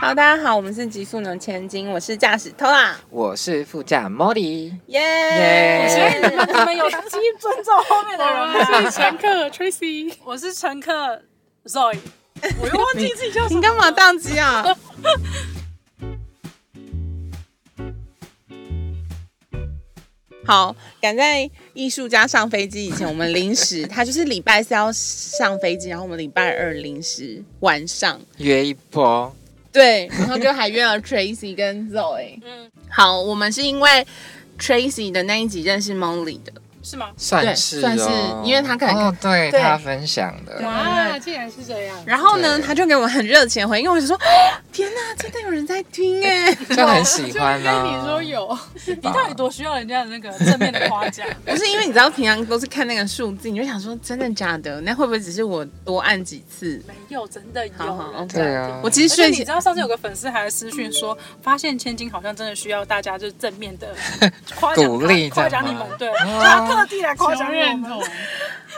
Hello，大家好，我们是极速能千金，我是驾驶 Tola，我是副驾 Mori。耶！耶所以你们你们有机尊重后面 的人吗？是乘客 Tracy，我是乘客 Zoe，我又忘记自己叫 什你么。干嘛宕机啊？好，赶在艺术家上飞机以前，我们临时，他就是礼拜四要上飞机，然后我们礼拜二临时晚上，约一波，对，然后就还约了 Tracy 跟 Zoe。嗯，好，我们是因为 Tracy 的那一集认识 Molly 的，是吗？对算是算是哦因为他可能哦，对对他分享的，啊哇，竟然是这样，然后呢，对他就给我们很热情的回应，因为我就说， 啊天哪，真的有人在听 哎！就很喜欢跟啊。你说有，你到底多需要人家的那个正面的夸奖？不是因为你知道平常都是看那个数字，你就想说真的假的？那会不会只是我多按几次？没有，真的有。好好人在对啊，我其而实且睡你前知道上次有个粉丝还私讯说，发现千金好像真的需要大家就是正面的夸奖 他鼓励夸奖这你样吗们，对，就他特地来夸奖强我认们哦同。，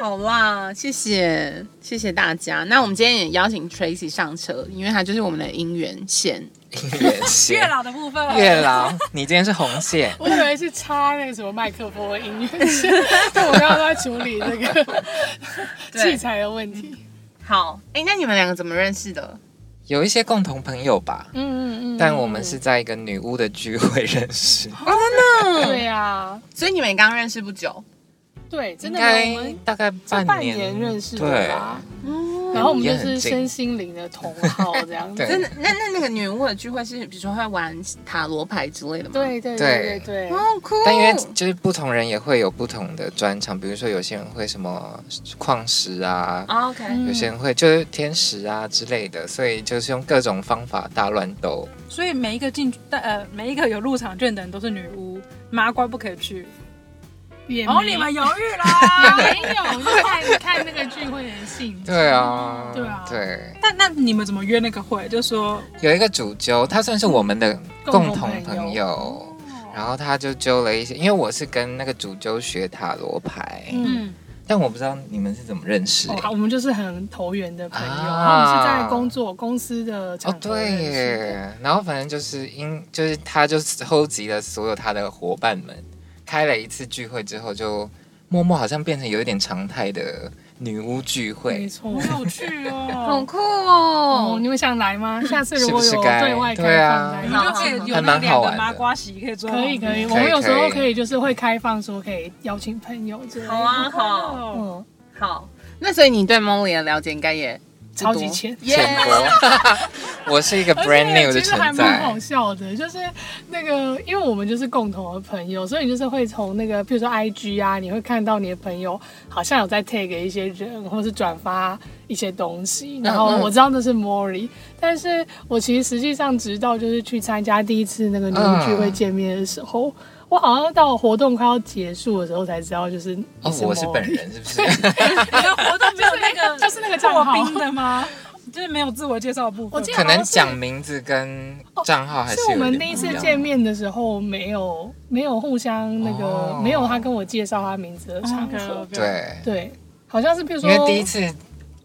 好啦，谢谢谢谢大家。那我们今天也邀请 Tracy 上车，因为她就是我们的姻缘线。月月线，老的部分，月老， 你今天是红线，我以为是插那个什么麦克风的音乐线，但我刚刚在处理这个器材的问题。好，哎、那你们两个怎么认识的？有一些共同朋友吧。嗯嗯嗯，但我们是在一个女巫的聚会认识，哦 对呀，所以你们刚认识不久。对， 真应的吗该我们大概这半半年年认识的对，吧。然后我们就也很是近身心灵的同好这样子。对真的？那那那个女巫的聚会是，比如说会玩塔罗牌之类的吗？，对对对对对对，哦，酷。但因为就是不同人也会有不同的专长，比如说有些人会什么矿石啊，哦 OK，、嗯有些人会就是天使啊之类的，所以就是用各种方法大乱斗。所以每一个进但呃每一个有入场券的人都是女巫，麻瓜不可以去。也然后你们犹豫 啦，没有，就看看那个聚会的性质。对啊，对啊对但那你们怎么约那个会？就说有一个主揪，他算是我们的共嗯共同同朋朋哦友，然后他就揪了一些，因为我是跟那个主揪学塔罗牌，嗯，嗯，但我不知道你们是怎么认识、哦我们就是很投缘的朋友，啊他们是在工作公司的哦场，合对认识的耶，然后反正就是因就是他就收集了所有他的伙伴们，开了一次聚会之后，就默默好像变成有一点常态的女巫聚没会，错。好有趣 好哦。酷哦，哦。你会想来吗？下次如果是有不是该对外对开啊放在，你就可以有还那蛮好两个玩的麻瓜席可以坐在旁可以边，可以，可我以们有时可候以可以就是会开放说可以邀请朋友之类的。好啊，好哦。嗯，好。那所以你对 Molly 的了解应该也不多超级浅耶浅薄， 我是一个而 brand 且 new 的其实还存蛮好在，笑的，就是那个，因为我们就是共同的朋友，所以你就是会从那个，譬如说 IG 啊，你会看到你的朋友好像有在 tag 一些人，或是转发一些东嗯西。然后我知道那是 Mori，、但是我其实实际上直到就是去参加第一次那嗯个女巫聚会见面的时候。我好像到活动快要结束的时候才知道，就是哦，我是 Mori 本人是 不是？你的活动没有那个就是那个账破号哦冰的吗？就是没有自我介绍的部分。我记得可能讲名字跟账号还哦是是我有们一第点一不次一见样。面的时候没有没有互相那个、哦没有他跟我介绍他名字哦的场合， OK，OK 对，对，好像是比如因说为第一次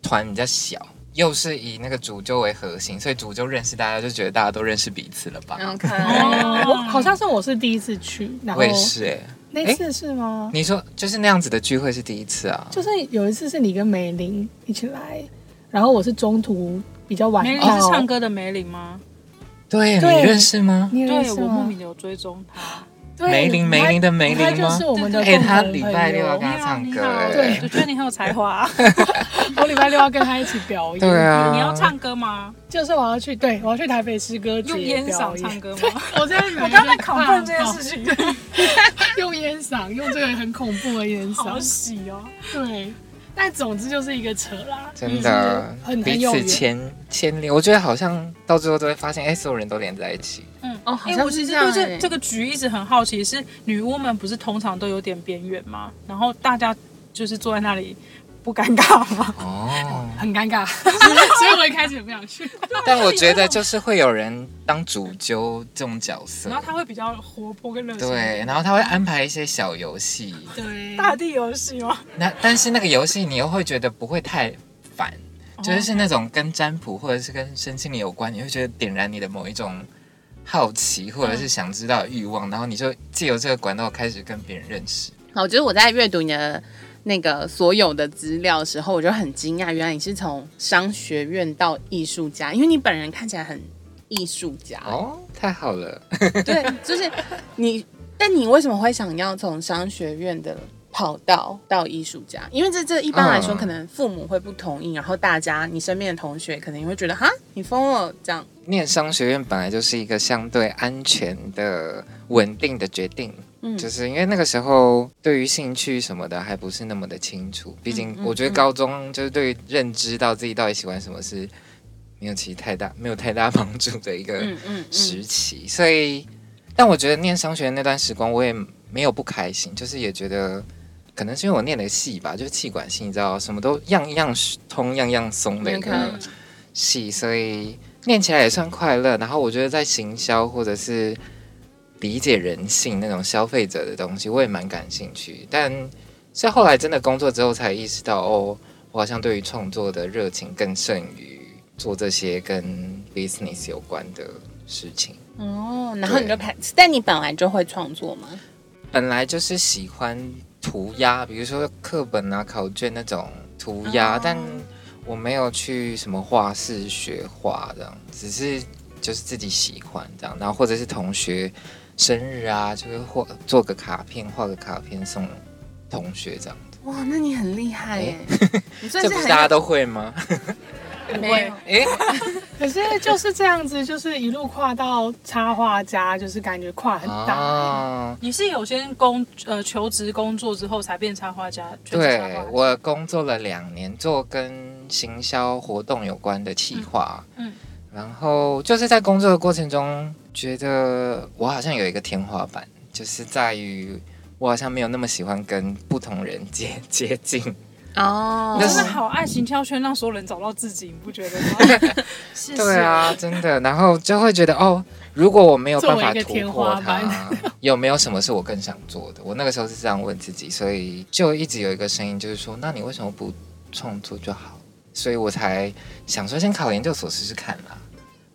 团比较小，又是以那个主揪为核心，所以主揪认识大家，就觉得大家都认识彼此了吧？ OK，哦， 我好像是我是第一次去，然后我也是哎、那次是吗？你说就是那样子的聚会是第一次啊？就是有一次是你跟梅林一起来，然后我是中途比较晚梅林到，是哦唱歌的梅林吗？对，对你认识吗？你也认对，识我莫吗？名有追踪他。对梅林梅林的梅林他吗就是我们的哎、共同他礼拜朋六友要跟他唱歌、哎对我觉啊得你很有才华。我礼拜六要跟他一起表 演，对，啊，你要唱歌吗？就是我要去，对我要去台北诗歌节用烟表嗓演唱歌吗？我真的我刚在亢奋这件事情， 用烟嗓，用这个很恐怖的烟好嗓，喜哦。对。但总之就是一个扯啦，真的嗯就是很很彼有此缘牵牵连，我觉得好像到最后都会发现，哎、所有人都连在一起。嗯，哦好哎像我其是实这样对这哎这个局一直很好奇，是女巫们不是通常都有点边缘吗？然后大家就是坐在那里不尴尬吗？ 哦，很尴 尬，所以我一开始也不想去。啊但我觉得就是会有人当主揪这种角色然，后他会比较活泼跟热情。对，然后他会安排一些小游戏，对，大地游戏吗？哦那但是那个游戏你又会觉得不会太烦，就是是那种跟占卜或者是跟身心灵有关，你会觉得点燃你的某一种好奇或嗯者是想知道的欲望，然后你就借由这个管道开始跟别人认识。好，就是我在阅读你的那个所有的资料的时候，我就很惊讶，原来你是从商学院到艺术家，因为你本人看起来很艺术家，哦，太好了，对，就是你。但你为什么会想要从商学院的跑道到艺术家？因为这这一般来说，嗯可能父母会不同意，然后大家你身边的同学可能也会觉得哈，你疯了这样。念商学院本来就是一个相对安全的、稳定的决定。嗯就是因为那个时候对于兴趣什么的还不是那么的清楚，毕竟嗯我觉得高中就是对于认知到自己到底喜欢什么是没有其实太大没有太大帮助的一个嗯嗯嗯时期，所以，但我觉得念商学院那段时光，我也没有不开心，就是也觉得，可能是因为我念的系吧，就是气管系，你知道，什么都样样通，样样松的一嗯个系，所以念起来也算快乐。然后我觉得在行销或者是理解人性那种消费者的东西，我也蛮感兴趣。但是后来真的工作之后，才意识到，哦，我好像对于创作的热情更胜于做这些跟 business 有关的事情。哦，然后你就开，但你本来就会创作吗？本来就是喜欢涂鸦，比如说课本啊、考卷那种涂鸦，哦但我没有去什么画室学画，这样只是就是自己喜欢这样，然后或者是同学生日啊，就会画做个卡片，画个卡片送同学这样。哇，那你很厉害耶！ 你算是这不很是大家都会吗？没有诶、可是就是这样子，就是一路跨到插画家，就是感觉跨很欸大。啊，你是有先工呃求职工作之后才变插画家，全职插对画家我工作了两年，做跟行销活动有关的企划。嗯嗯然后就是在工作的过程中，觉得我好像有一个天花板，就是在于我好像没有那么喜欢跟不同人接 接近。哦，那真是的好爱行销圈，让所有人找到自己，你不觉得吗？谢谢。对啊，真的。然后就会觉得哦，如果我没有办作为法一个突天破花 它，有没有什么是我更想做的？我那个时候是这样问自己，所以就一直有一个声音就是说，那你为什么不创作就好？所以我才想说先考研究所试试看啦。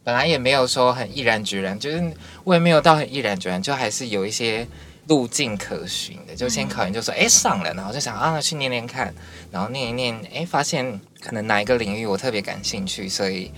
本来也没有说很毅然决然，就是我也没有到很毅然决然，就还是有一些路径可循的。就先考研究所，哎、上了，然后就想啊，那去念念看，然后念一念，哎，发现可能哪一个领域我特别感兴趣，所以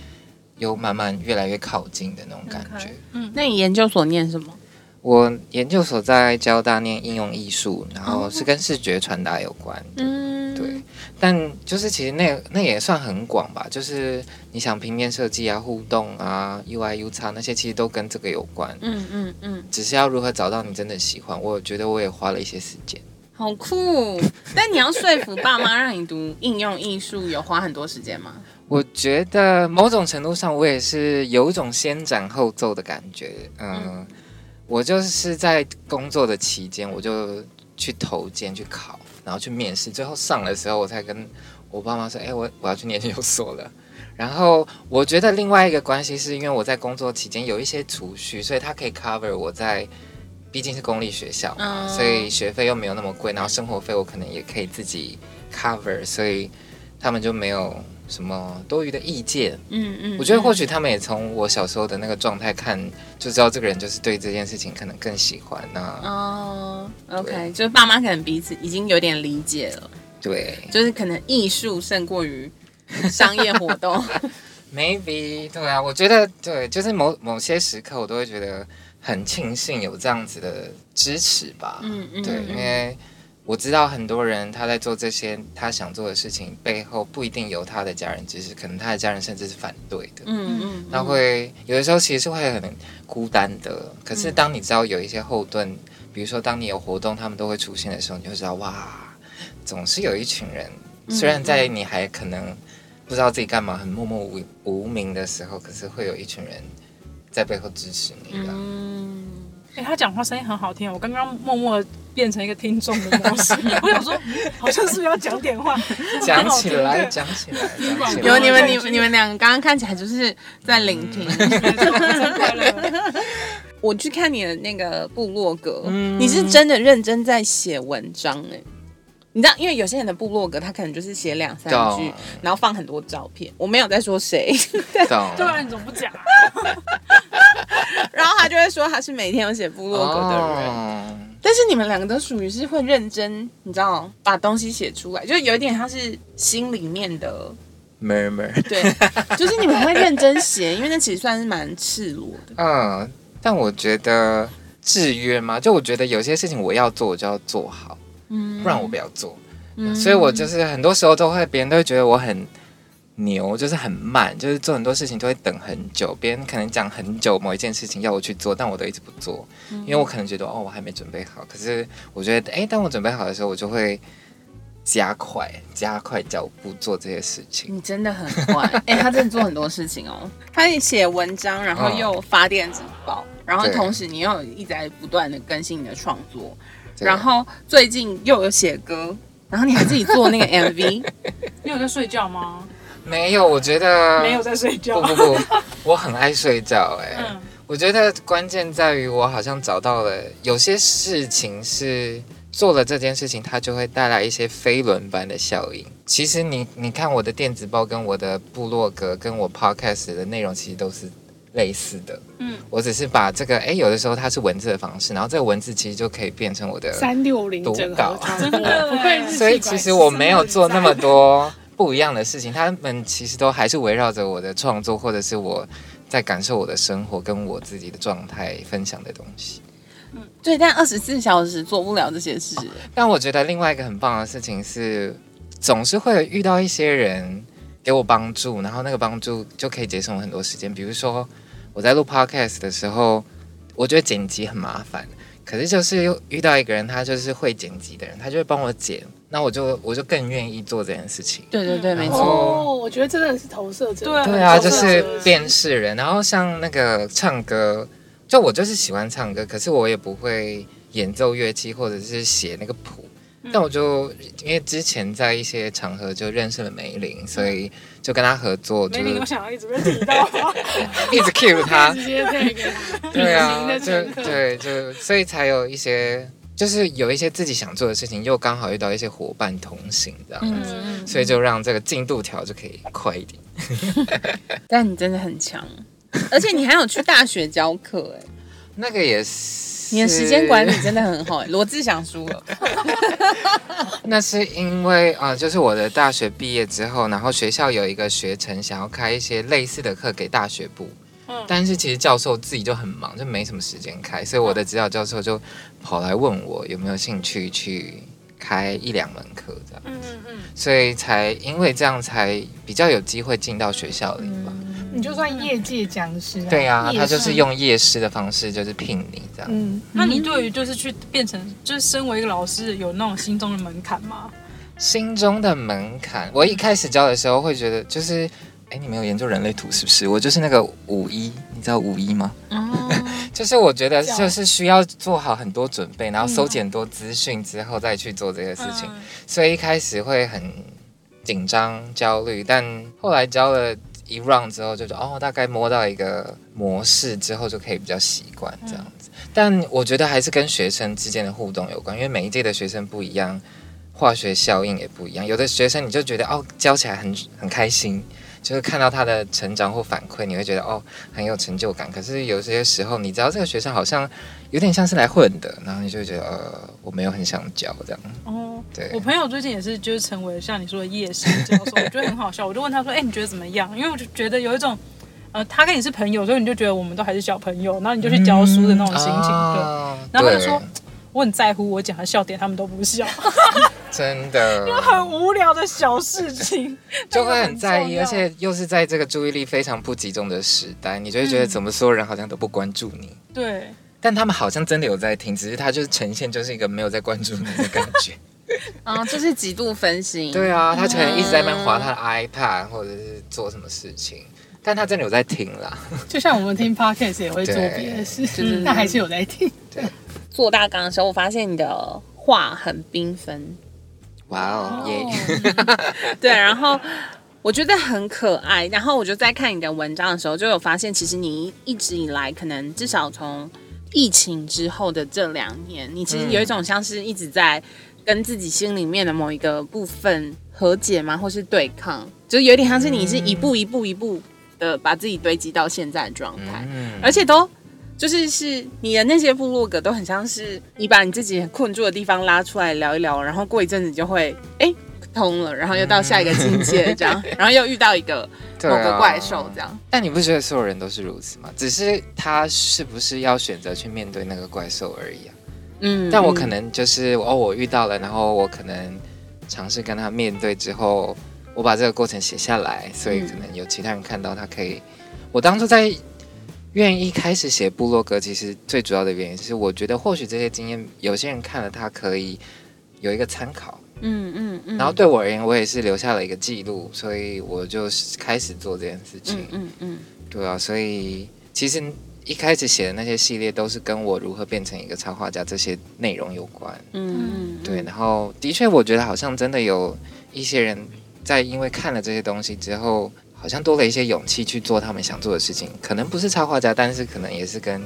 有慢慢越来越靠近的那种感觉。那你研究所念什么？我研究所在交大念应用艺术，然后是跟视觉传达有关。哦嗯，对，但就是其实那那也算很广吧，就是你想平面设计啊、互动啊、UI、U x 那些，其实都跟这个有关。嗯嗯嗯，只是要如何找到你真的喜欢，我觉得我也花了一些时间。好酷！但你要说服爸妈让你读应用艺术，有花很多时间吗？我觉得某种程度上，我也是有一种先斩后奏的感觉。嗯嗯我就是在工作的期间，我就去投件去考，然后去面试，最后上的时候，我才跟我爸妈说：“哎、我我要去念研究所了。”然后我觉得另外一个关系是因为我在工作期间有一些储蓄，所以它可以 cover 我在，毕竟是公立学校嘛，嗯所以学费又没有那么贵，然后生活费我可能也可以自己 cover，所以他们就没有什么多余的意见。嗯嗯，我觉得或许许他们也从我小时候的那个状态看，就知道这个人就是对这件事情可能更喜欢啊那、哦对，OK，就是爸妈可能彼此已经有点理解了，对就是可能艺术胜过于商业活 动。 ，maybe 对啊，我觉得对，就是某某些时刻我都会觉得很庆幸有这样子的支持吧。嗯嗯，对，因为我知道很多人他在做这些他想做的事情背后不一定有他的家人支持，可能他的家人甚至是反对的。嗯嗯，那会有的时候其实是会很孤单的。可嗯是当你知道有一些后盾，比如说当你有活动，他们都会出现的时候，你就知道哇，总是有一群人，嗯虽然在你还可能不知道自己干嘛，很默默无无名的时候，可是会有一群人在背后支持你啊的。嗯，哎、他讲话声音很好听，我刚刚默默地变成一个听众的模式。 我想说，嗯好像是不是要讲点话？ 讲起来，对讲起来，讲起管 有来。你们你们你们两个刚刚看起来就是在聆听。没错我真快乐。我去看你的那个部落格，嗯你是真的认真在写文章哎、你知道，因为有些人的部落格他可能就是写两三句懂，然后放很多照片。我没有在说谁， 懂？对啊，你怎么不讲啊？然后他就会说他是每天有写部落格的人。哦但是你们两个都属于是会认真，你知道，把东西写出来，就是有一点像是心里面的， murmur，对， 就是你们会认真写，因为那其实算是蛮赤裸的。嗯，但我觉得制约嘛，就我觉得有些事情我要做，我就要做好，嗯不然我不要做。嗯所以我就是很多时候都会，别人都会觉得我很牛，就是很慢，就是做很多事情都会等很久。别人可能讲很久某一件事情要我去做，但我都一直不做，嗯因为我可能觉得哦，我还没准备好。可是我觉得，哎，当我准备好的时候，我就会加快、加快脚步做这些事情。你真的很 坏，哎、他真的做很多事情哦，他也写文章，然后嗯又发电子报，然后对同时你又有一直在不断的更新你的创作，对然后最近又有写歌，然后你还自己做那 个 MV，你有在睡觉吗？没有，我觉得没有。在不睡觉。不不，我很爱睡觉哎、嗯，我觉得关键在于我好像找到了有些事情是做了这件事情，它就会带来一些飞轮般的效应。其实你你看我的电子报跟我的部落格跟我 podcast 的内容其实都是类似的，嗯，我只是把这个哎有的时候它是文字的方式，然后这个文字其实就可以变成我的。三六零读整稿合传播真的，不愧 是所以其气管实我没有做那么多不一样的事情，他们其实都还是围绕着我的创作，或者是我在感受我的生活跟我自己的状态分享的东西。对，但二十四小时做不了这些事，但我觉得另外一个很棒的事情是，总是会遇到一些人给我帮助，然后那个帮助就可以节省我很多时间。比如说我在录 podcast 的时候，我觉得剪辑很麻烦，可是就是又遇到一个人，他就是会剪辑的人，他就会帮我剪，那我就我就更愿意做这件事情。对对对，没然后错，哦，我觉得真的是投射者，对 啊对啊，很就重要是的辨识人。然后像那个唱歌，就我就是喜欢唱歌，可是我也不会演奏乐器或者是写那个谱。但我就因为之前在一些场合就认识了梅林，所以就跟他合作，就梅林，是我想要一直被提到。一直 cue 他直。接配给对啊，就隐形的乘客对就所以才有一些，就是有一些自己想做的事情，又刚好遇到一些伙伴同行这样，嗯。嗯，所以就让这个进度条就可以快一点。但你真的很 强，而且你还有去大学教课哎、那个也是你的时间管理真的很好哎、罗志祥输 了，那是因为啊、呃就是我的大学毕业之后，然后学校有一个学程想要开一些类似的课给大学部，嗯但是其实教授自己就很忙，就没什么时间开，所以我的指导教授就跑来问我有没有兴趣去开一两门课这样， 嗯嗯嗯，所以才因为这样才比较有机会进到学校里吧。你就算业界讲师、啊，对啊，夜他就是用夜师的方式就是聘你这样。嗯，那你对于就是去变成就是身为一个老师有那种心中的门槛吗？心中的门槛，我一开始教的时候会觉得，就是，哎，你没有研究人类图是不是？我就是那个五一，你知道五一吗？ 就是我觉得就是需要做好很多准备，然后搜集很多资讯之后再去做这些事情，嗯所以一开始会很紧张焦虑，但后来教了一 round 之后就觉得，哦，大概摸到一个模式之后就可以比较习惯这样子。但我觉得还是跟学生之间的互动有关，因为每一届的学生不一样，化学效应也不一样。有的学生你就觉得哦，教起来很很开心，就是看到他的成长或反馈，你会觉得哦很有成就感。可是有些时候，你知道这个学生好像有点像是来混的，然后你就会觉得呃我没有很想教这样。哦，对我朋友最近也是，就是成为像你说的夜市教授，我觉得很好笑。我就问他说：“哎、你觉得怎么样？”因为我就觉得有一种，呃，他跟你是朋友，所以你就觉得我们都还是小朋友，然后你就去教书的那种心情。嗯对，哦然后他就对说我很在乎我讲的笑点，他们都不笑，真 的很无聊的小事 情，就会很在意，那个而很重要且又是在这个注意力非常不集中的时代，你就会觉得嗯怎么所有人好像都不关注你。对，但他们好像真的有在听，只是他就是呈现就是一个没有在关注你的感 觉。啊，这是极度分心。对啊，他可能一直在那嗯边划他的 iPad 或者是做什么事情，但他真的有在听啦。就像我们听 podcast 也会做对别的事，是但还是有在听。做大纲的时候，我发现你的画很缤纷，哇哦耶！ 对，然后我觉得很可爱。然后我就在看你的文章的时候，就有发现，其实你一直以来，可能至少从疫情之后的这两年，你其实有一种像是一直在跟自己心里面的某一个部分和解吗？或是对抗？就是有点像是你是一步一步一步的把自己堆积到现在的状态，嗯，哎而且都就是是你的那些部落格都很像是你把你自己困住的地方拉出来聊一聊，然后过一阵子就会哎。通了，然后又到下一个境界，这样，然后又遇到一个对某啊个怪兽，这。样。但你不觉得所有人都是如此吗？只是他是不是要选择去面对那个怪兽而已啊？嗯，但我可能就是哦，我遇到了，然后我可能尝试跟他面对之后，我把这个过程写下来，所以嗯可能有其他人看到，他可以。我当初在愿意开始写部落格，其实最主要的原因是，我觉得或许这些经验，有些人看了他可以有一个参考。嗯，嗯嗯，然后对我而言，我也是留下了一个记录，所以我就是开始做这件事情。嗯嗯嗯，对啊，所以其实一开始写的那些系列都是跟我如何变成一个插画家这些内容有关。嗯，对，然后的确，我觉得好像真的有一些人在因为看了这些东西之后，好像多了一些勇气去做他们想做的事情。可能不是插画家，但是可能也是跟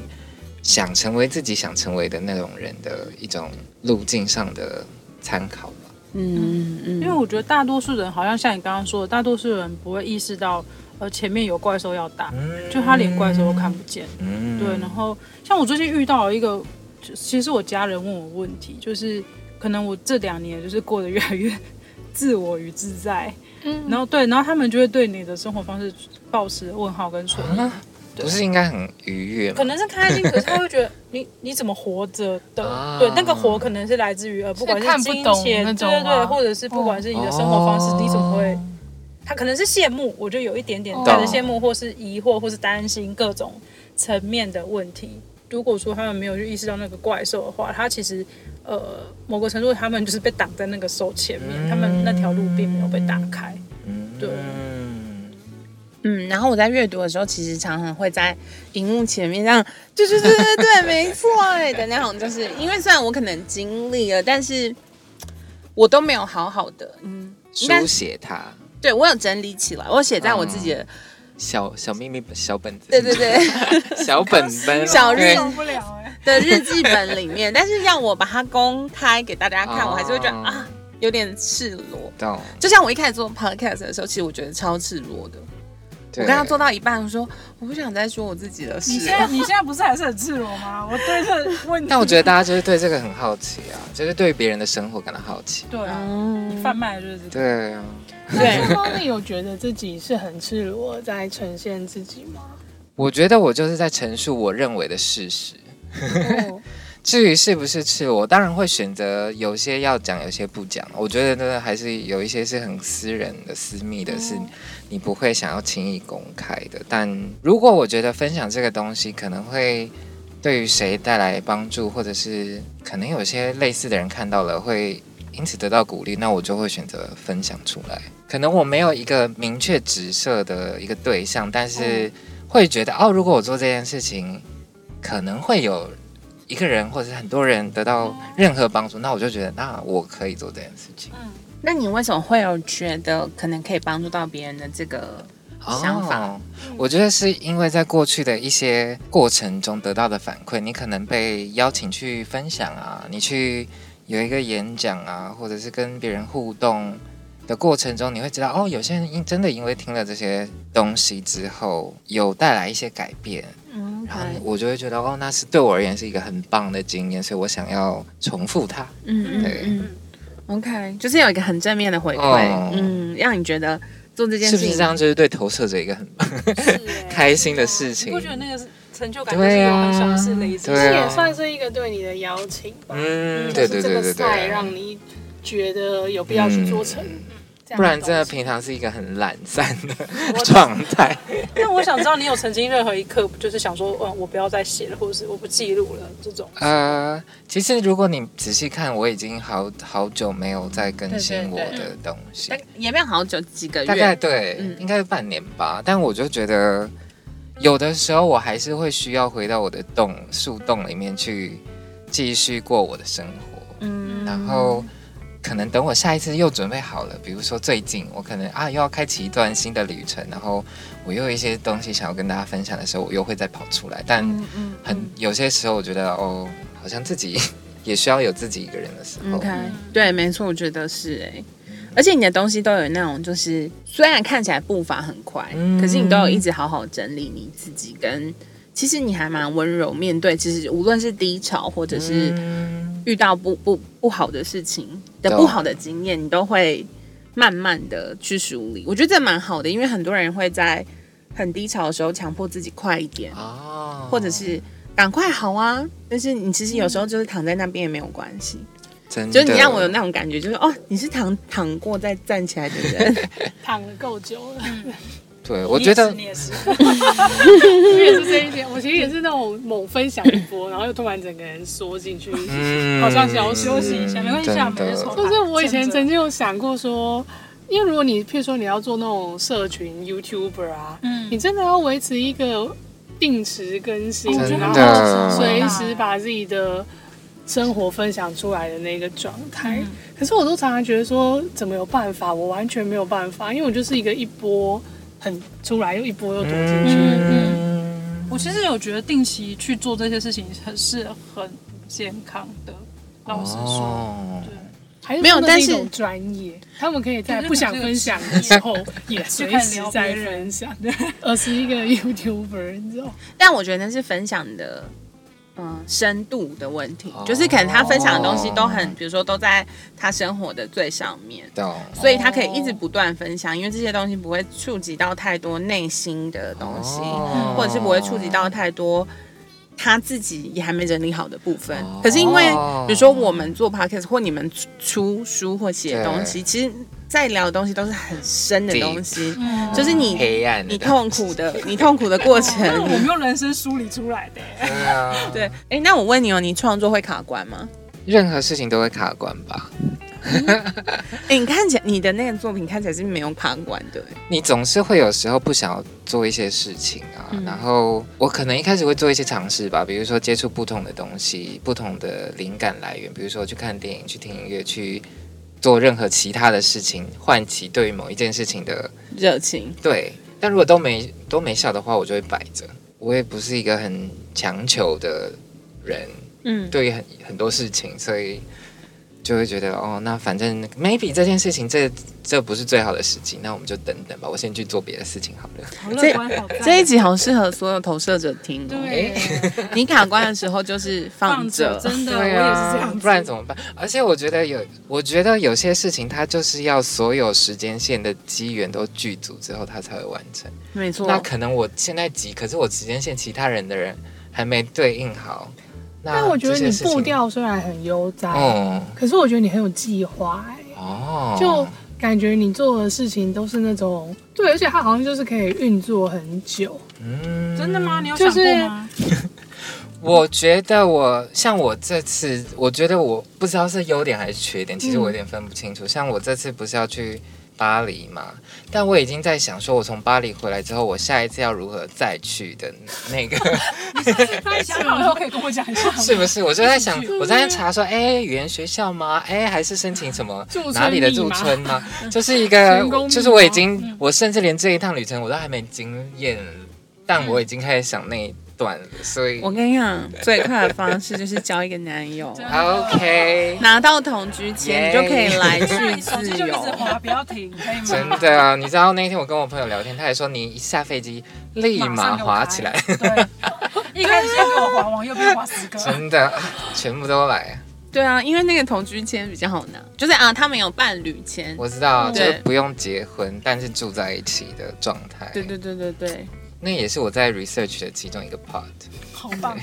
想成为自己想成为的那种人的一种路径上的参考吧。嗯嗯，因为我觉得大多数人好像像你刚刚说的，大多数人不会意识到，呃，前面有怪兽要打，嗯就他连怪兽都看不见。嗯对，然后像我最近遇到了一个，就其实我家人问我问题，就是可能我这两年就是过得越来越 自我与自在，嗯然后对，然后他们就会对你的生活方式抱持问号跟存疑，啊，不是应该很愉悦吗可？能是开心，可是他 会觉得你你怎么活着的？啊对，那个活可能是来自于呃，不管看是不金懂钱，那对种对对，吗或者是不管是你的生活方式，哦你怎么会？他可能是羡慕，我觉得有一点点哦带着羡慕，或是疑惑，或是担心各种层面的问题。如果说他们没有去意识到那个怪兽的话，他其实呃某个程度他们就是被挡在那个兽前面，他们那条路并没有被打开。嗯对嗯，然后我在阅读的时候，其实常常会在荧幕前面这样，对对对对对，没错哎的那种，就是因为虽然我可能经历了，但是我都没有好好的，嗯，应该书写它，对我有整理起来，我写在我自己的，嗯小小秘密本小本子，对对 对。小本本，小日对受不了哎、 的日记本里面，但是让我把它公开给大家看，我还是会觉得哦啊，有点赤裸。懂。就像我一开始做 podcast 的时候，其实我觉得超赤裸的。我对刚刚做到一半，我说我不想再说我自己的事你了。现在你现在不是还是很赤裸吗？我对这问题，但我觉得大家就是对这个很好奇啊，就是对别人的生活感到好奇。对啊，嗯贩卖的就是这个。对啊，对这方面有觉得自己是很赤裸在呈现自己吗？我觉得我就是在陈述我认为的事实。哦 至于是不是赤裸，我当然会选择有些要讲，有些不讲。我觉得真的还是有一些是很私人的、私密的，是你不会想要轻易公开的。但如果我觉得分享这个东西可能会对于谁带来帮助，或者是可能有些类似的人看到了会因此得到鼓励，那我就会选择分享出来。可能我没有一个明确指涉的一个对象，但是会觉得哦，如果我做这件事情，可能会有一个人或者是很多人得到任何帮助，那我就觉得那我可以做这件事情。嗯那你为什么会有觉得可能可以帮助到别人的这个？想法哦。我觉得是因为在过去的一些过程中得到的反馈，你可能被邀请去分享啊，你去有一个演讲啊，或者是跟别人互动的过程中，你会知道哦，有些人因真的因为听了这些东西之后，有带来一些改变，嗯，然后我就会觉得哦，那是对我而言是一个很棒的经验，所以我想要重复它。嗯对嗯嗯，OK，就是有一个很正面的回馈，哦嗯，让你觉得做这件是事不情是这样？就是对投射者一个很 开心的事情哎你不觉得那个是成就感就是对有啊很相似的一种？对这啊也算是一个对你的邀请吧。嗯，就对是对这对个对赛对，让你觉得有必要去做成，嗯这样不然东真的西平常是一个很懒散的 我状态。那我想知道你有曾经任何一刻就是想说，嗯，我不要再写了，或者是我不记录了这种。呃，其实如果你仔细看，我已经好好久没有再更新我对对对的东西，但也没有好久，几个大概月，对，嗯应该是半年吧。但我就觉得，有的时候我还是会需要回到我的洞树洞里面去继续过我的生活。嗯然后可能等我下一次又准备好了，比如说最近我可能啊又要开启一段新的旅程，然后我又有一些东西想要跟大家分享的时候，我又会再跑出来。但嗯很有些时候，我觉得哦，好像自己也需要有自己一个人的时候。 OK，对，没错，我觉得是哎、而且你的东西都有那种，就是虽然看起来步伐很快，嗯可是你都有一直好好整理你自己跟。其实你还蛮温柔面对，其实无论是低潮或者是嗯遇到不不不好的事情的懂不好的经验，你都会慢慢的去梳理。我觉得这蛮好的，因为很多人会在很低潮的时候强迫自己快一点，哦，或者是赶快好啊。但是你其实有时候就是躺在那边也没有关系，真的就是你让我有那种感觉，就是哦，你是躺躺过再站起来的人。 躺了够久了，对，我觉得你也是， 我也是这一点。我其实也是那种猛分享一波，然后又突然整个人缩进去。嗯好像想要休息一下没关系真的啊我们就从就是我以前曾经有想过说，因为如果你譬如说你要做那种社群 YouTuber 啊，嗯你真的要维持一个定时更新，我觉真得好然后嗯好的哦说随时把自己的生活分享出来的那个状态。嗯可是我都常常觉得说，怎么有办法？我完全没有办法，因为我就是一个一波很出来又一波又躲进去。嗯我其实有觉得定期去做这些事情很是很不健康的，老实说，哦对，还是没有他们但一是种专业，他们可以在对不想分享的 时候也随时在分享。二十一个 YouTuber，你知道，但我觉得那是分享的，嗯、深度的问题，哦就是可能他分享的东西都很，比如说都在他生活的最上面，懂。所以他可以一直不断分享，因为这些东西不会触及到太多内心的东西，哦或者是不会触及到太多。他自己也还没整理好的部分哦，可是因为比如说我们做 podcast 或你们出出书或写东西，其实在聊的东西都是很深的东西，嗯就是你哦黑暗的，你痛苦的，你痛苦的过程。但我们用人生梳理出来的、对啊，对，哎，那我问你哦，你创作会卡关吗？任何事情都会卡关吧？哎，你看起来你的那个作品看起来是没有卡关的，你总是会有时候不想要做一些事情啊，嗯然后我可能一开始会做一些尝试吧，比如说接触不同的东西、不同的灵感来源，比如说去看电影、去听音乐、去做任何其他的事情，唤起对于某一件事情的热情。对。但如果都没都没效的话，我就会摆着。我也不是一个很强求的人，嗯，对于很很多事情，所以就会觉得哦，那反正 maybe 这件事情这这不是最好的时机，那我们就等等吧，我先去做别的事情好了。好乐观，好赞这一集好适合所有投射者听哦。对你卡关的时候就是放放着，着，真的，对我也是这啊样，子，不然怎么办？而且我觉得有，我觉得有些事情它就是要所有时间线的机缘都具足之后，它才会完成。没错那。可能我现在急，可是我时间线其他人的人还没对应好。那但我觉得这些你事情步，调虽然很悠哉，哦嗯，可是我觉得你很有计划、哎哦，就感觉你做的事情都是那种对，而且它好像就是可以运作很久。嗯真的吗？你有想过吗？我觉得我像我这次，我觉得我不知道是优点还是缺点，其实我有点分不清楚。像我这次不是要去巴黎嘛，但我已经在想说，我从巴黎回来之后，我下一次要如何再去的那 个，那你想好以后可以跟我讲一下吗。是不是？我就在想，我在那查说，哎，语言学校吗？哎，还是申请什么驻村哪里的驻密码村吗？ 就是一个成功密，码就是我已经，我甚至连这一趟旅程我都还没经验，但我已经开始想那一段了，所以我跟你讲，最快的方式就是交一个男友， OK。拿到同居签，你就可以来那去你手自机就一直由。滑，不要停，可以 吗？真的啊，你知道那天我跟我朋友聊天，他还说你一下飞机立马滑起来，对，一开始先给我滑，往右边滑十 个。真的啊全部都来。对啊，因为那个同居签比较好拿，就是啊，他们有伴侣签。我知道，就对是不用结婚，但是住在一起的状态。对，对对对对，那也是我在 research 的其中一个 part，好棒！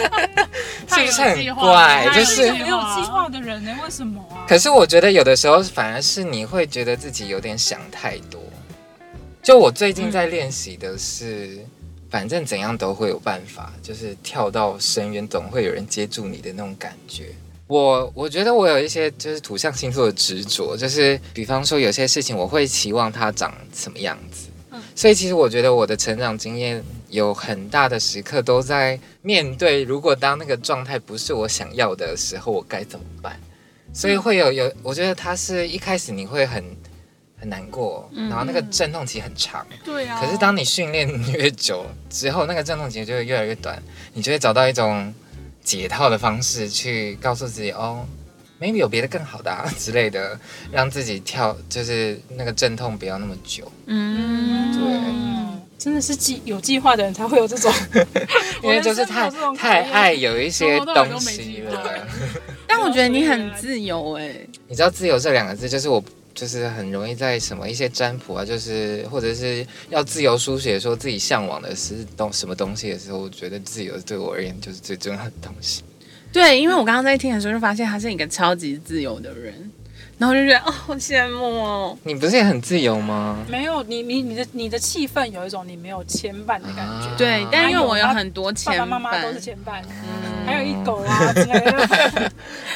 是不是计很划怪？太就有是是计，没有计划的人呢、为什么啊？可是我觉得有的时候反而是你会觉得自己有点想太多。就我最近在练习的是，反正怎样都会有办法，就是跳到深渊总会有人接住你的那种感觉。我我觉得我有一些就是土象星座的执着，就是比方说有些事情我会期望它长什么样子。所以其实我觉得我的成长经验有很大的时刻都在面对，如果当那个状态不是我想要的时候，我该怎么办？所嗯以会有有，我觉得它是一开始你会很很难过，嗯然后那个阵痛期很长， 对啊可是当你训练越久之后，那个阵痛期就会越来越短，你就会找到一种解套的方式去告诉自己哦。maybe 有别的更好的啊之类 的，让自己跳就是那个阵痛不要那么久。嗯，嗯，真的是计有计划的人才会有这种，因为就是太我人生没有这种太经验爱有一些从头到尾东都没西机会了。但我觉得你很自由哎、你知道“自由”这两个字，就是我就是很容易在什么一些占卜啊，就是或者是要自由书写，说自己向往的是东什么东西的时候，我觉得自由对我而言就是最重要的东西。对，因为我刚刚在听的时候就发现他是一个超级自由的人，然后我就觉得哦，好羡慕哦。你不是也很自由吗？ 没有你你你的你的气氛有一种你没有牵绊的感觉啊。对，但因为我有啊还有很多爸前爸妈妈都是半，牵绊，嗯还有一狗啊之 类的。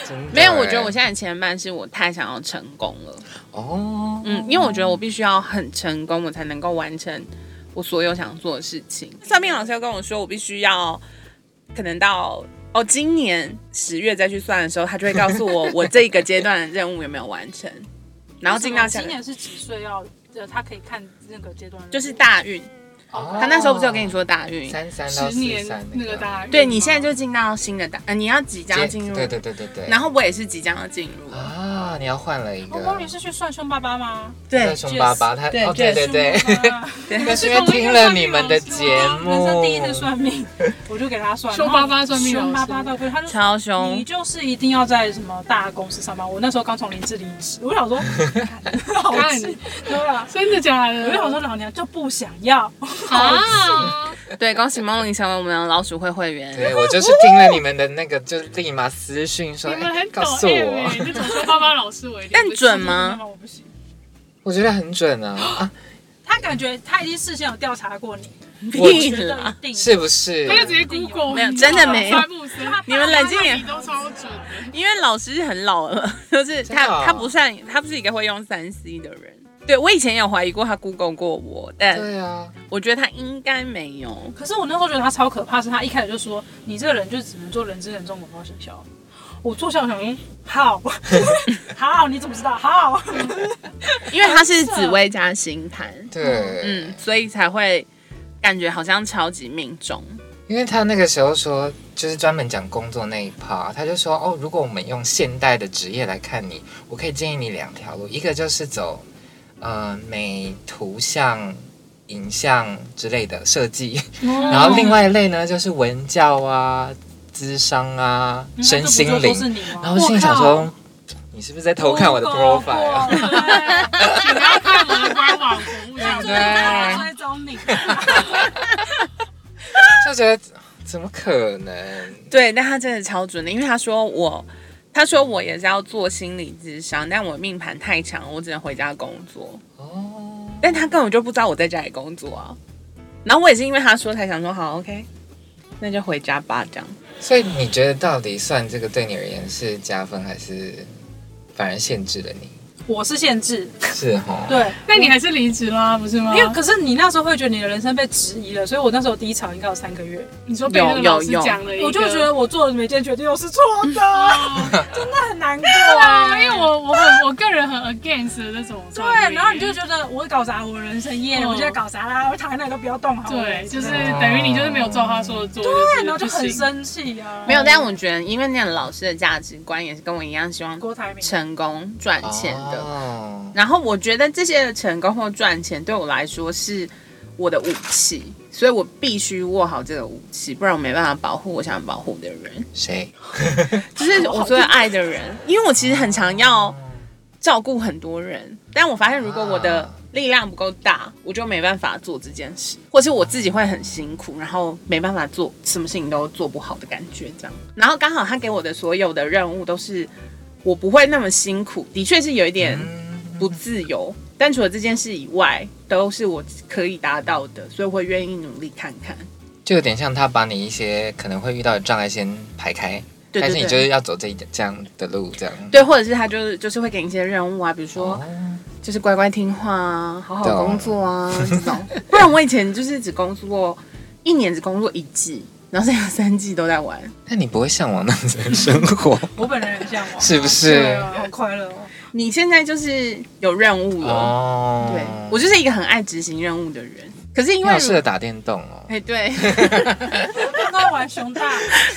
真的没有，欸我觉得我现在前半是我太想要成功了，哦，嗯，因为我觉得我必须要很成功，我才能够完成我所有想做的事情。算命老师又跟我说，我必须要可能到。哦，今年十月再去算的时候，他就会告诉我我这一个阶段的任务有没有完 成，然后进到下今个年是几岁要？呃，他可以看那个阶段，就是大运。哦他那时候不是有跟你说大运？三三到十四年三那个大运吗，对你现在就进到新的大，呃，你要即接将进入，对对对对对，然后我也是即将要进入，啊，你要换了一个哦。猫你是去算凶巴巴吗？对在熊爸爸，他哦对对 对，凶巴巴 那是因为听了你们的节目，人生第一次算命，我就给他算凶巴巴算命老师凶巴巴到不行，他就说超哦你凶，就是一定要在什么大公司上班。我那时候刚从林志离职，我想说， 看好看气，对吧？真的假的？我想说老娘就不想要，啊， 对，恭喜梦玲成为我们的老鼠会会员， 对，我就是听了你们的那个，就立马私讯说，你们哎、很告懂诉 M 哎、我，你总说爸爸老师我一定但不信准吗？我不行。我觉得很准啊，啊他感觉他已经事先有调查过你，我啊屁觉得啦！一定是不是嗯他？就直接 Google，没有你知真的道没有塞布森你们冷静点你都超准的。因为老师很老了， 就是他真的哦他不算他不是一个会用三 C 的人。对我以前有怀疑过他 Google 过我，但对啊，我觉得他应该没有。可是我那时候觉得他超可怕，是他一开始就说你这个人就只能做人之人中广告行销。我坐下我想，嗯， 好，好，你怎么知道？好，因为他是紫薇加星盘，对，嗯，所以才会感觉好像超级命中。因为他那个时候说，就是专门讲工作那一趴，他就说哦，如果我们用现代的职业来看你，我可以建议你两条路，一个就是走呃美图像、影像之类的设计，嗯然哦后另外一类呢就是文教啊、智商啊、嗯身心那这不就说是灵。你吗？哦然后心里想我说，你是不是在偷看我的 profile？啊、 profile，请不要看我的官网服务上，对，追踪你。就觉得怎么可能？对，但他真的超准的，因为他说我，他说我也是要做心理智商，但我命盘太强，我只能回家工作。哦，但他根本就不知道我在家里工作啊。然后我也是因为他说才想说好，OK，那就回家吧，这样。所以你觉得到底算这个对你而言是加分还是反而限制了你？我是限制，是哈，对，那你还是离职啦，不是吗？因为可是你那时候会觉得你的人生被质疑了，所以我那时候低潮应该有三个月，你说被那个老师讲了一个，我就觉得我做的每件决定都是错的， 真的很难过。啊，因为我我很我个人很 against 的那种算命，对，然后你就觉得我搞砸我人生耶，嗯我现在搞砸啦，我躺在那里都不要动好了。对，就是对，啊等于你就是没有照他说的做，对然后就很生气啊。没有，但我觉得因为那个老师的价值观也是跟我一样，希望郭台铭，成功赚钱的。哦、然后我觉得这些的成功或赚钱对我来说是我的武器，所以我必须握好这个武器，不然我没办法保护我想保护的人。谁？就是我最爱的人，因为我其实很常要照顾很多人，但我发现如果我的啊力量不够大，我就没办法做这件事，或是我自己会很辛苦，然后没办法做什么事情都做不好的感觉这样。然后刚好他给我的所有的任务都是我不会那么辛苦，的确是有一点嗯，不自由，但除了这件事以外，都是我可以达到的，所以我会愿意努力看看。就有点像他把你一些可能会遇到的障碍先排开，对但是对你就对。是要走这一这样的路，这样。对，或者是他就是就是会给你一些任务啊，比如说、哦，就是乖乖听话啊，好好懂工作啊，这种。不然我以前就是只工作一年，只工作一季，然后剩下三季都在玩。那你不会向往那样子的生 活，我本人也这样玩，是不对是？啊，好快乐哦。你现在就是有任务了，哦，对我就是一个很爱执行任务的人。可是因 你为好适合打电动哦。哎对，刚刚玩熊大，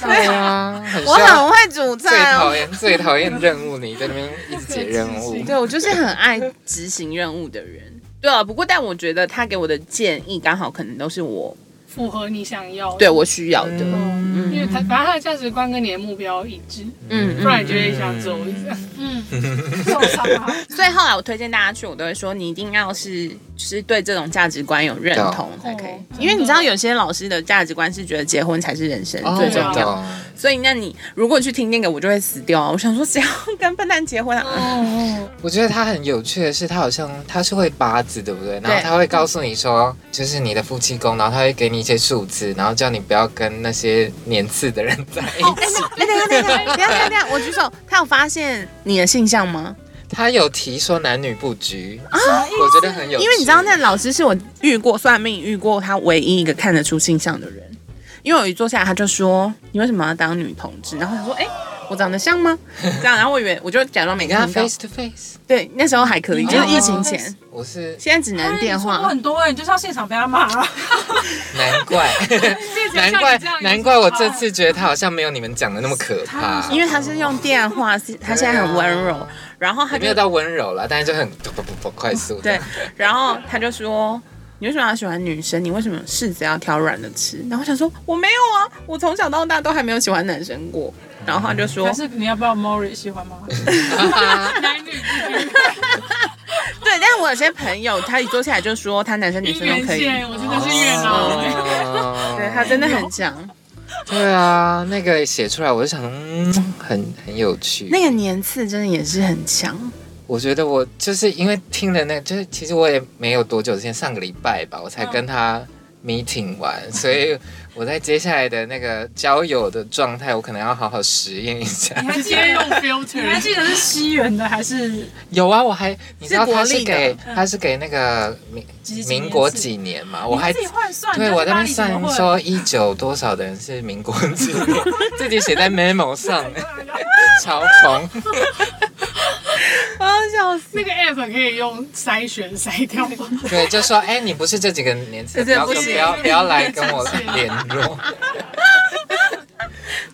对啊，很我需要很会煮最菜讨哦。厌 最讨厌任务，你在那边一直解任务，对，我就是很爱执行任务的人。对啊，不过但我觉得他给我的建议刚好可能都是我符合你想要的。对我需要的。嗯嗯，因为他反正他的价值观跟你的目标一致，嗯，不然你就会想走一下。嗯，受伤啊，所以后来我推荐大家去，我都会说你一定要是就是对这种价值观有认同才可以哦，因为你知道有些老师的价值观是觉得结婚才是人生哦，最真重要，的哦，所以那你如果去听那个，我就会死掉啊！我想说，只要跟笨蛋结婚啊，哦，我觉得他很有趣的是，他好像他是会八字，对不对？然后对他会告诉你说，就是你的夫妻宫，然后他会给你一些数字，然后叫你不要跟那些年次的人在一起。哎，等一下，等一下，等一下，等一下等一下，我举手。他有发现你的性向吗？他有提说男女布局，我觉得很有趣，因为你知道，那老师是我遇过算命遇过他唯一一个看得出性向的人。因为我一坐下来，他就说：“你为什么要当女同志？”然后我想说：“哎、我长得像吗？”这样，然后我以为我就假装没你跟他看到。 face to face，对，那时候还可以，你就是跟他疫情 face to 前，我是现在只能电哎你错过话。很多哎，你就是要现场被他骂啊，难怪，难怪难怪我这次觉得他好像没有你们讲的那么可怕，因为他是用电话，是他现在很温柔，然后他也没就有到温柔啦，但是就很不不不不快速的对，然后他就说：“你为什么要喜欢女生？你为什么柿子要挑软的吃？”然后我想说：“我没有啊，我从小到大都还没有喜欢男生过。”然后他就说还：“是你要不要 Mori 喜欢 吗？男女之间对，但我有些朋友，他一坐下来就说他男生女姻生都缘可以，线，我真的是月老哎。哦对他真的很强。对啊，那个写出来我就想，嗯，很很有趣。那个年次真的也是很强，我觉得我就是因为听了那个，就是其实我也没有多久之前，上个礼拜吧，我才跟他嗯 meeting 完，所以我在接下来的那个交友的状态，我可能要好好实验 一下。你还直记接 用得？你还 filter，记得是西元的还是有啊，我还你知道是国他是历的嗯给他是给那个民几几年民国是几年嘛，我还你自己换算？对你我在那在边算说一九多少的人是民国几年，自己 写在 memo 上，嘲讽。啊，笑死！那个 app 可以用筛选筛掉吗？ 对，就说哎、你不是这几个年次，不对要不跟不行要不要来跟我联络。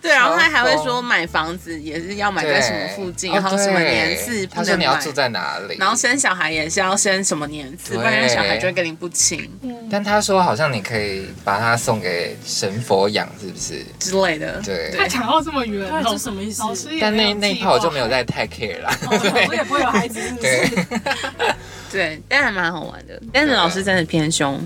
对，然后他嘲讽还会说买房子也是 要买在什么附近，然后什么年次哦对不他说能你要买，住在哪里？然后生小孩也是要生什么年次，不对然小孩就会跟你不亲但他说好像你可以把它送给神佛养，是不是？之类的。对。他讲到这么远，对，老这什么意思？老师也但没那有那一计趴我就划没有再太 care 啦。哦我也不会有孩子，是 不对是？，对，但还蛮好玩的。但是老师真的偏凶。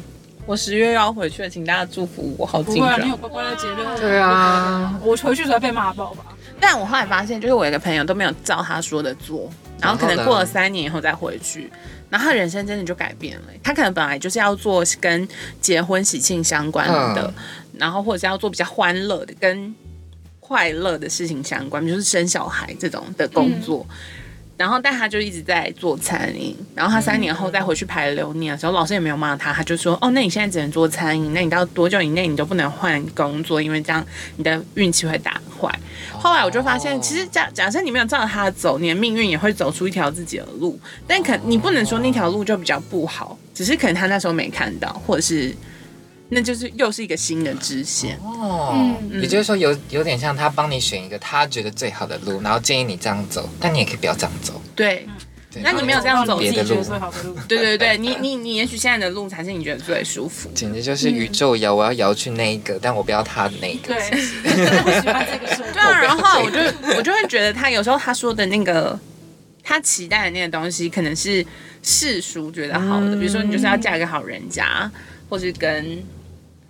我十月要回去了，请大家祝福我，好不紧会啊，你张有。乖乖的结论。对啊，我回去只会被骂爆吧？但我后来发现，就是我有一个朋友都没有照他说的做，然后可能过了三年以后再回去，然后他人生真的就改变了。欸他可能本来就是要做跟结婚喜庆相关的，嗯然后或者是要做比较欢乐的跟快乐的事情相关，比如说生小孩这种的工作。然后，但他就一直在做餐饮。然后他三年后再回去排流年的时候，老师也没有骂他，他就说：“哦，那你现在只能做餐饮，那你到多久以内你都不能换工作，因为这样你的运气会打坏。”后来我就发哦现，其实假假设你没有照着他走，你的命运也会走出一条自己的路。但可你不能说那条路就比较不好，只是可能他那时候没看到，或者是那就是又是一个新的支线。哦，嗯也就是说有有点像他帮你选一个他觉得最好的路，然后建议你这样走，但你也可以不要这样走。对，对那你没有这样走我自别的己觉路得最好的路。对对对，你你你也许现在的路才是你觉得最舒服。简直就是宇宙摇，我要摇去那一个，嗯但我不要他的那一个。对， 我喜欢这个生 对活。啊，然后我就我就会觉得他有时候他说的那个他期待的那个东西，可能是世俗觉得好的，比如说你就是要嫁给好人家，或是跟，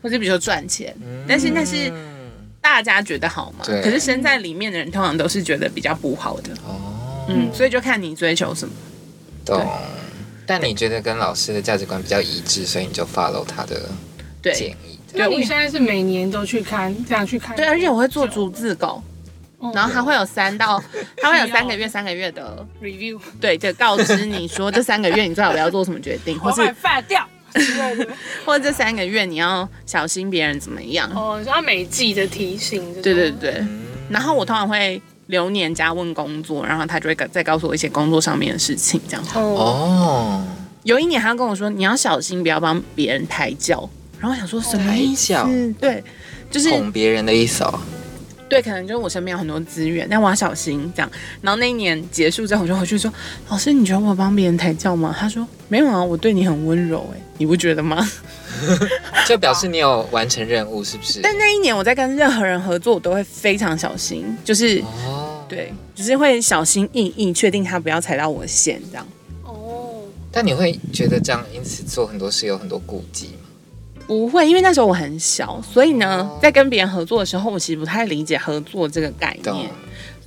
或是比如说赚钱，但是那是嗯大家觉得好嘛，对可是身在里面的人通常都是觉得比较不好的，哦，嗯，所以就看你追求什么。懂。但你觉得跟老师的价值观比较一致，所以你就 follow 他的建对议。那你现在是每年都去看，这样去看？对，而且我会做逐字稿，嗯然后它会有三 到，它会有三个月、三个月的 review 对对，告知你说这三个月你最好不要做什么决 定，或我是把你饭掉之类的。或者这三个月你要小心别人怎么样。哦，他每季的提醒。对对。对，嗯然后我通常会流年加问工作，然后他就会再告诉我一些工作上面的事情。这样，哦，哦，有一年他跟我说你要小心，不要帮别人抬轿。然后我想说什么意思抬轿？嗯对，就是哄别人的意思哦。对，可能就是我身边有很多资源，但我要小心这样。然后那一年结束之后，我就回去说：“老师，你觉得我帮别人抬轿吗？”他说：“没有啊，我对你很温柔、欸，哎，你不觉得吗就表示你有完成任务，是不？”是？但那一年我在跟任何人合作，我都会非常小心，就是哦，。对，就是会小心翼翼，确定他不要踩到我的线这样。 哦，但你会觉得这样因此做很多事有很多顾忌吗？不会，因为那时候我很小，所以呢，哦在跟别人合作的时候，我其实不太理解合作这个概懂念。？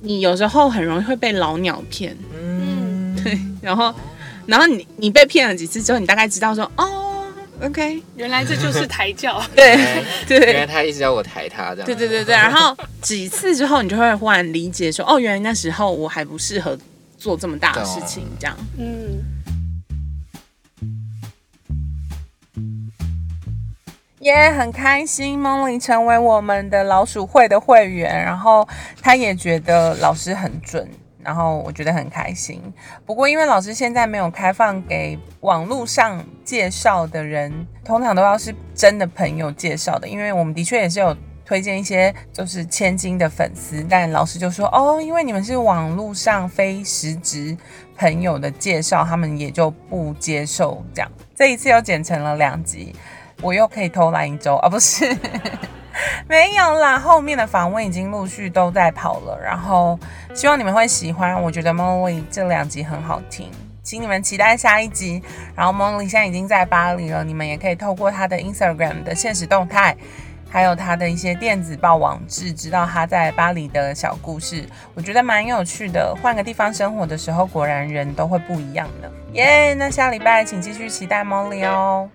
你有时候很容易会被老鸟骗，嗯，对，然后，然后你你被骗了几次之后，你大概知道说，哦，OK，原来这就是抬轿，对对原对来他一直要我抬他这样。对对对对，然后几次之后，你就会忽然理解说，哦，原来那时候我还不适合做这么大的事情，这样。嗯，也、很开心，梦玲成为我们的老鼠会的会员，然后她也觉得老师很准，然后我觉得很开心。不过因为老师现在没有开放给网络上介绍的人，通常都要是真的朋友介绍的，因为我们的确也是有。推荐一些就是千金的粉丝，但老师就说哦，因为你们是网络上非实质朋友的介绍，他们也就不接受这样。这一次又剪成了两集，我又可以偷懒一周啊，不是， 没有啦，后面的访问已经陆续都在跑了，然后希望你们会喜欢。我觉得 Molly 这两集很好听，请你们期待下一集。然后 Molly 现在已经在巴黎了，你们也可以透过她的 Instagram 的现实动态。还有她的一些电子报网志，知道她在巴黎的小故事，我觉得蛮有趣的。换个地方生活的时候，果然人都会不一样的。耶、那下礼拜请继续期待 Molly 哦。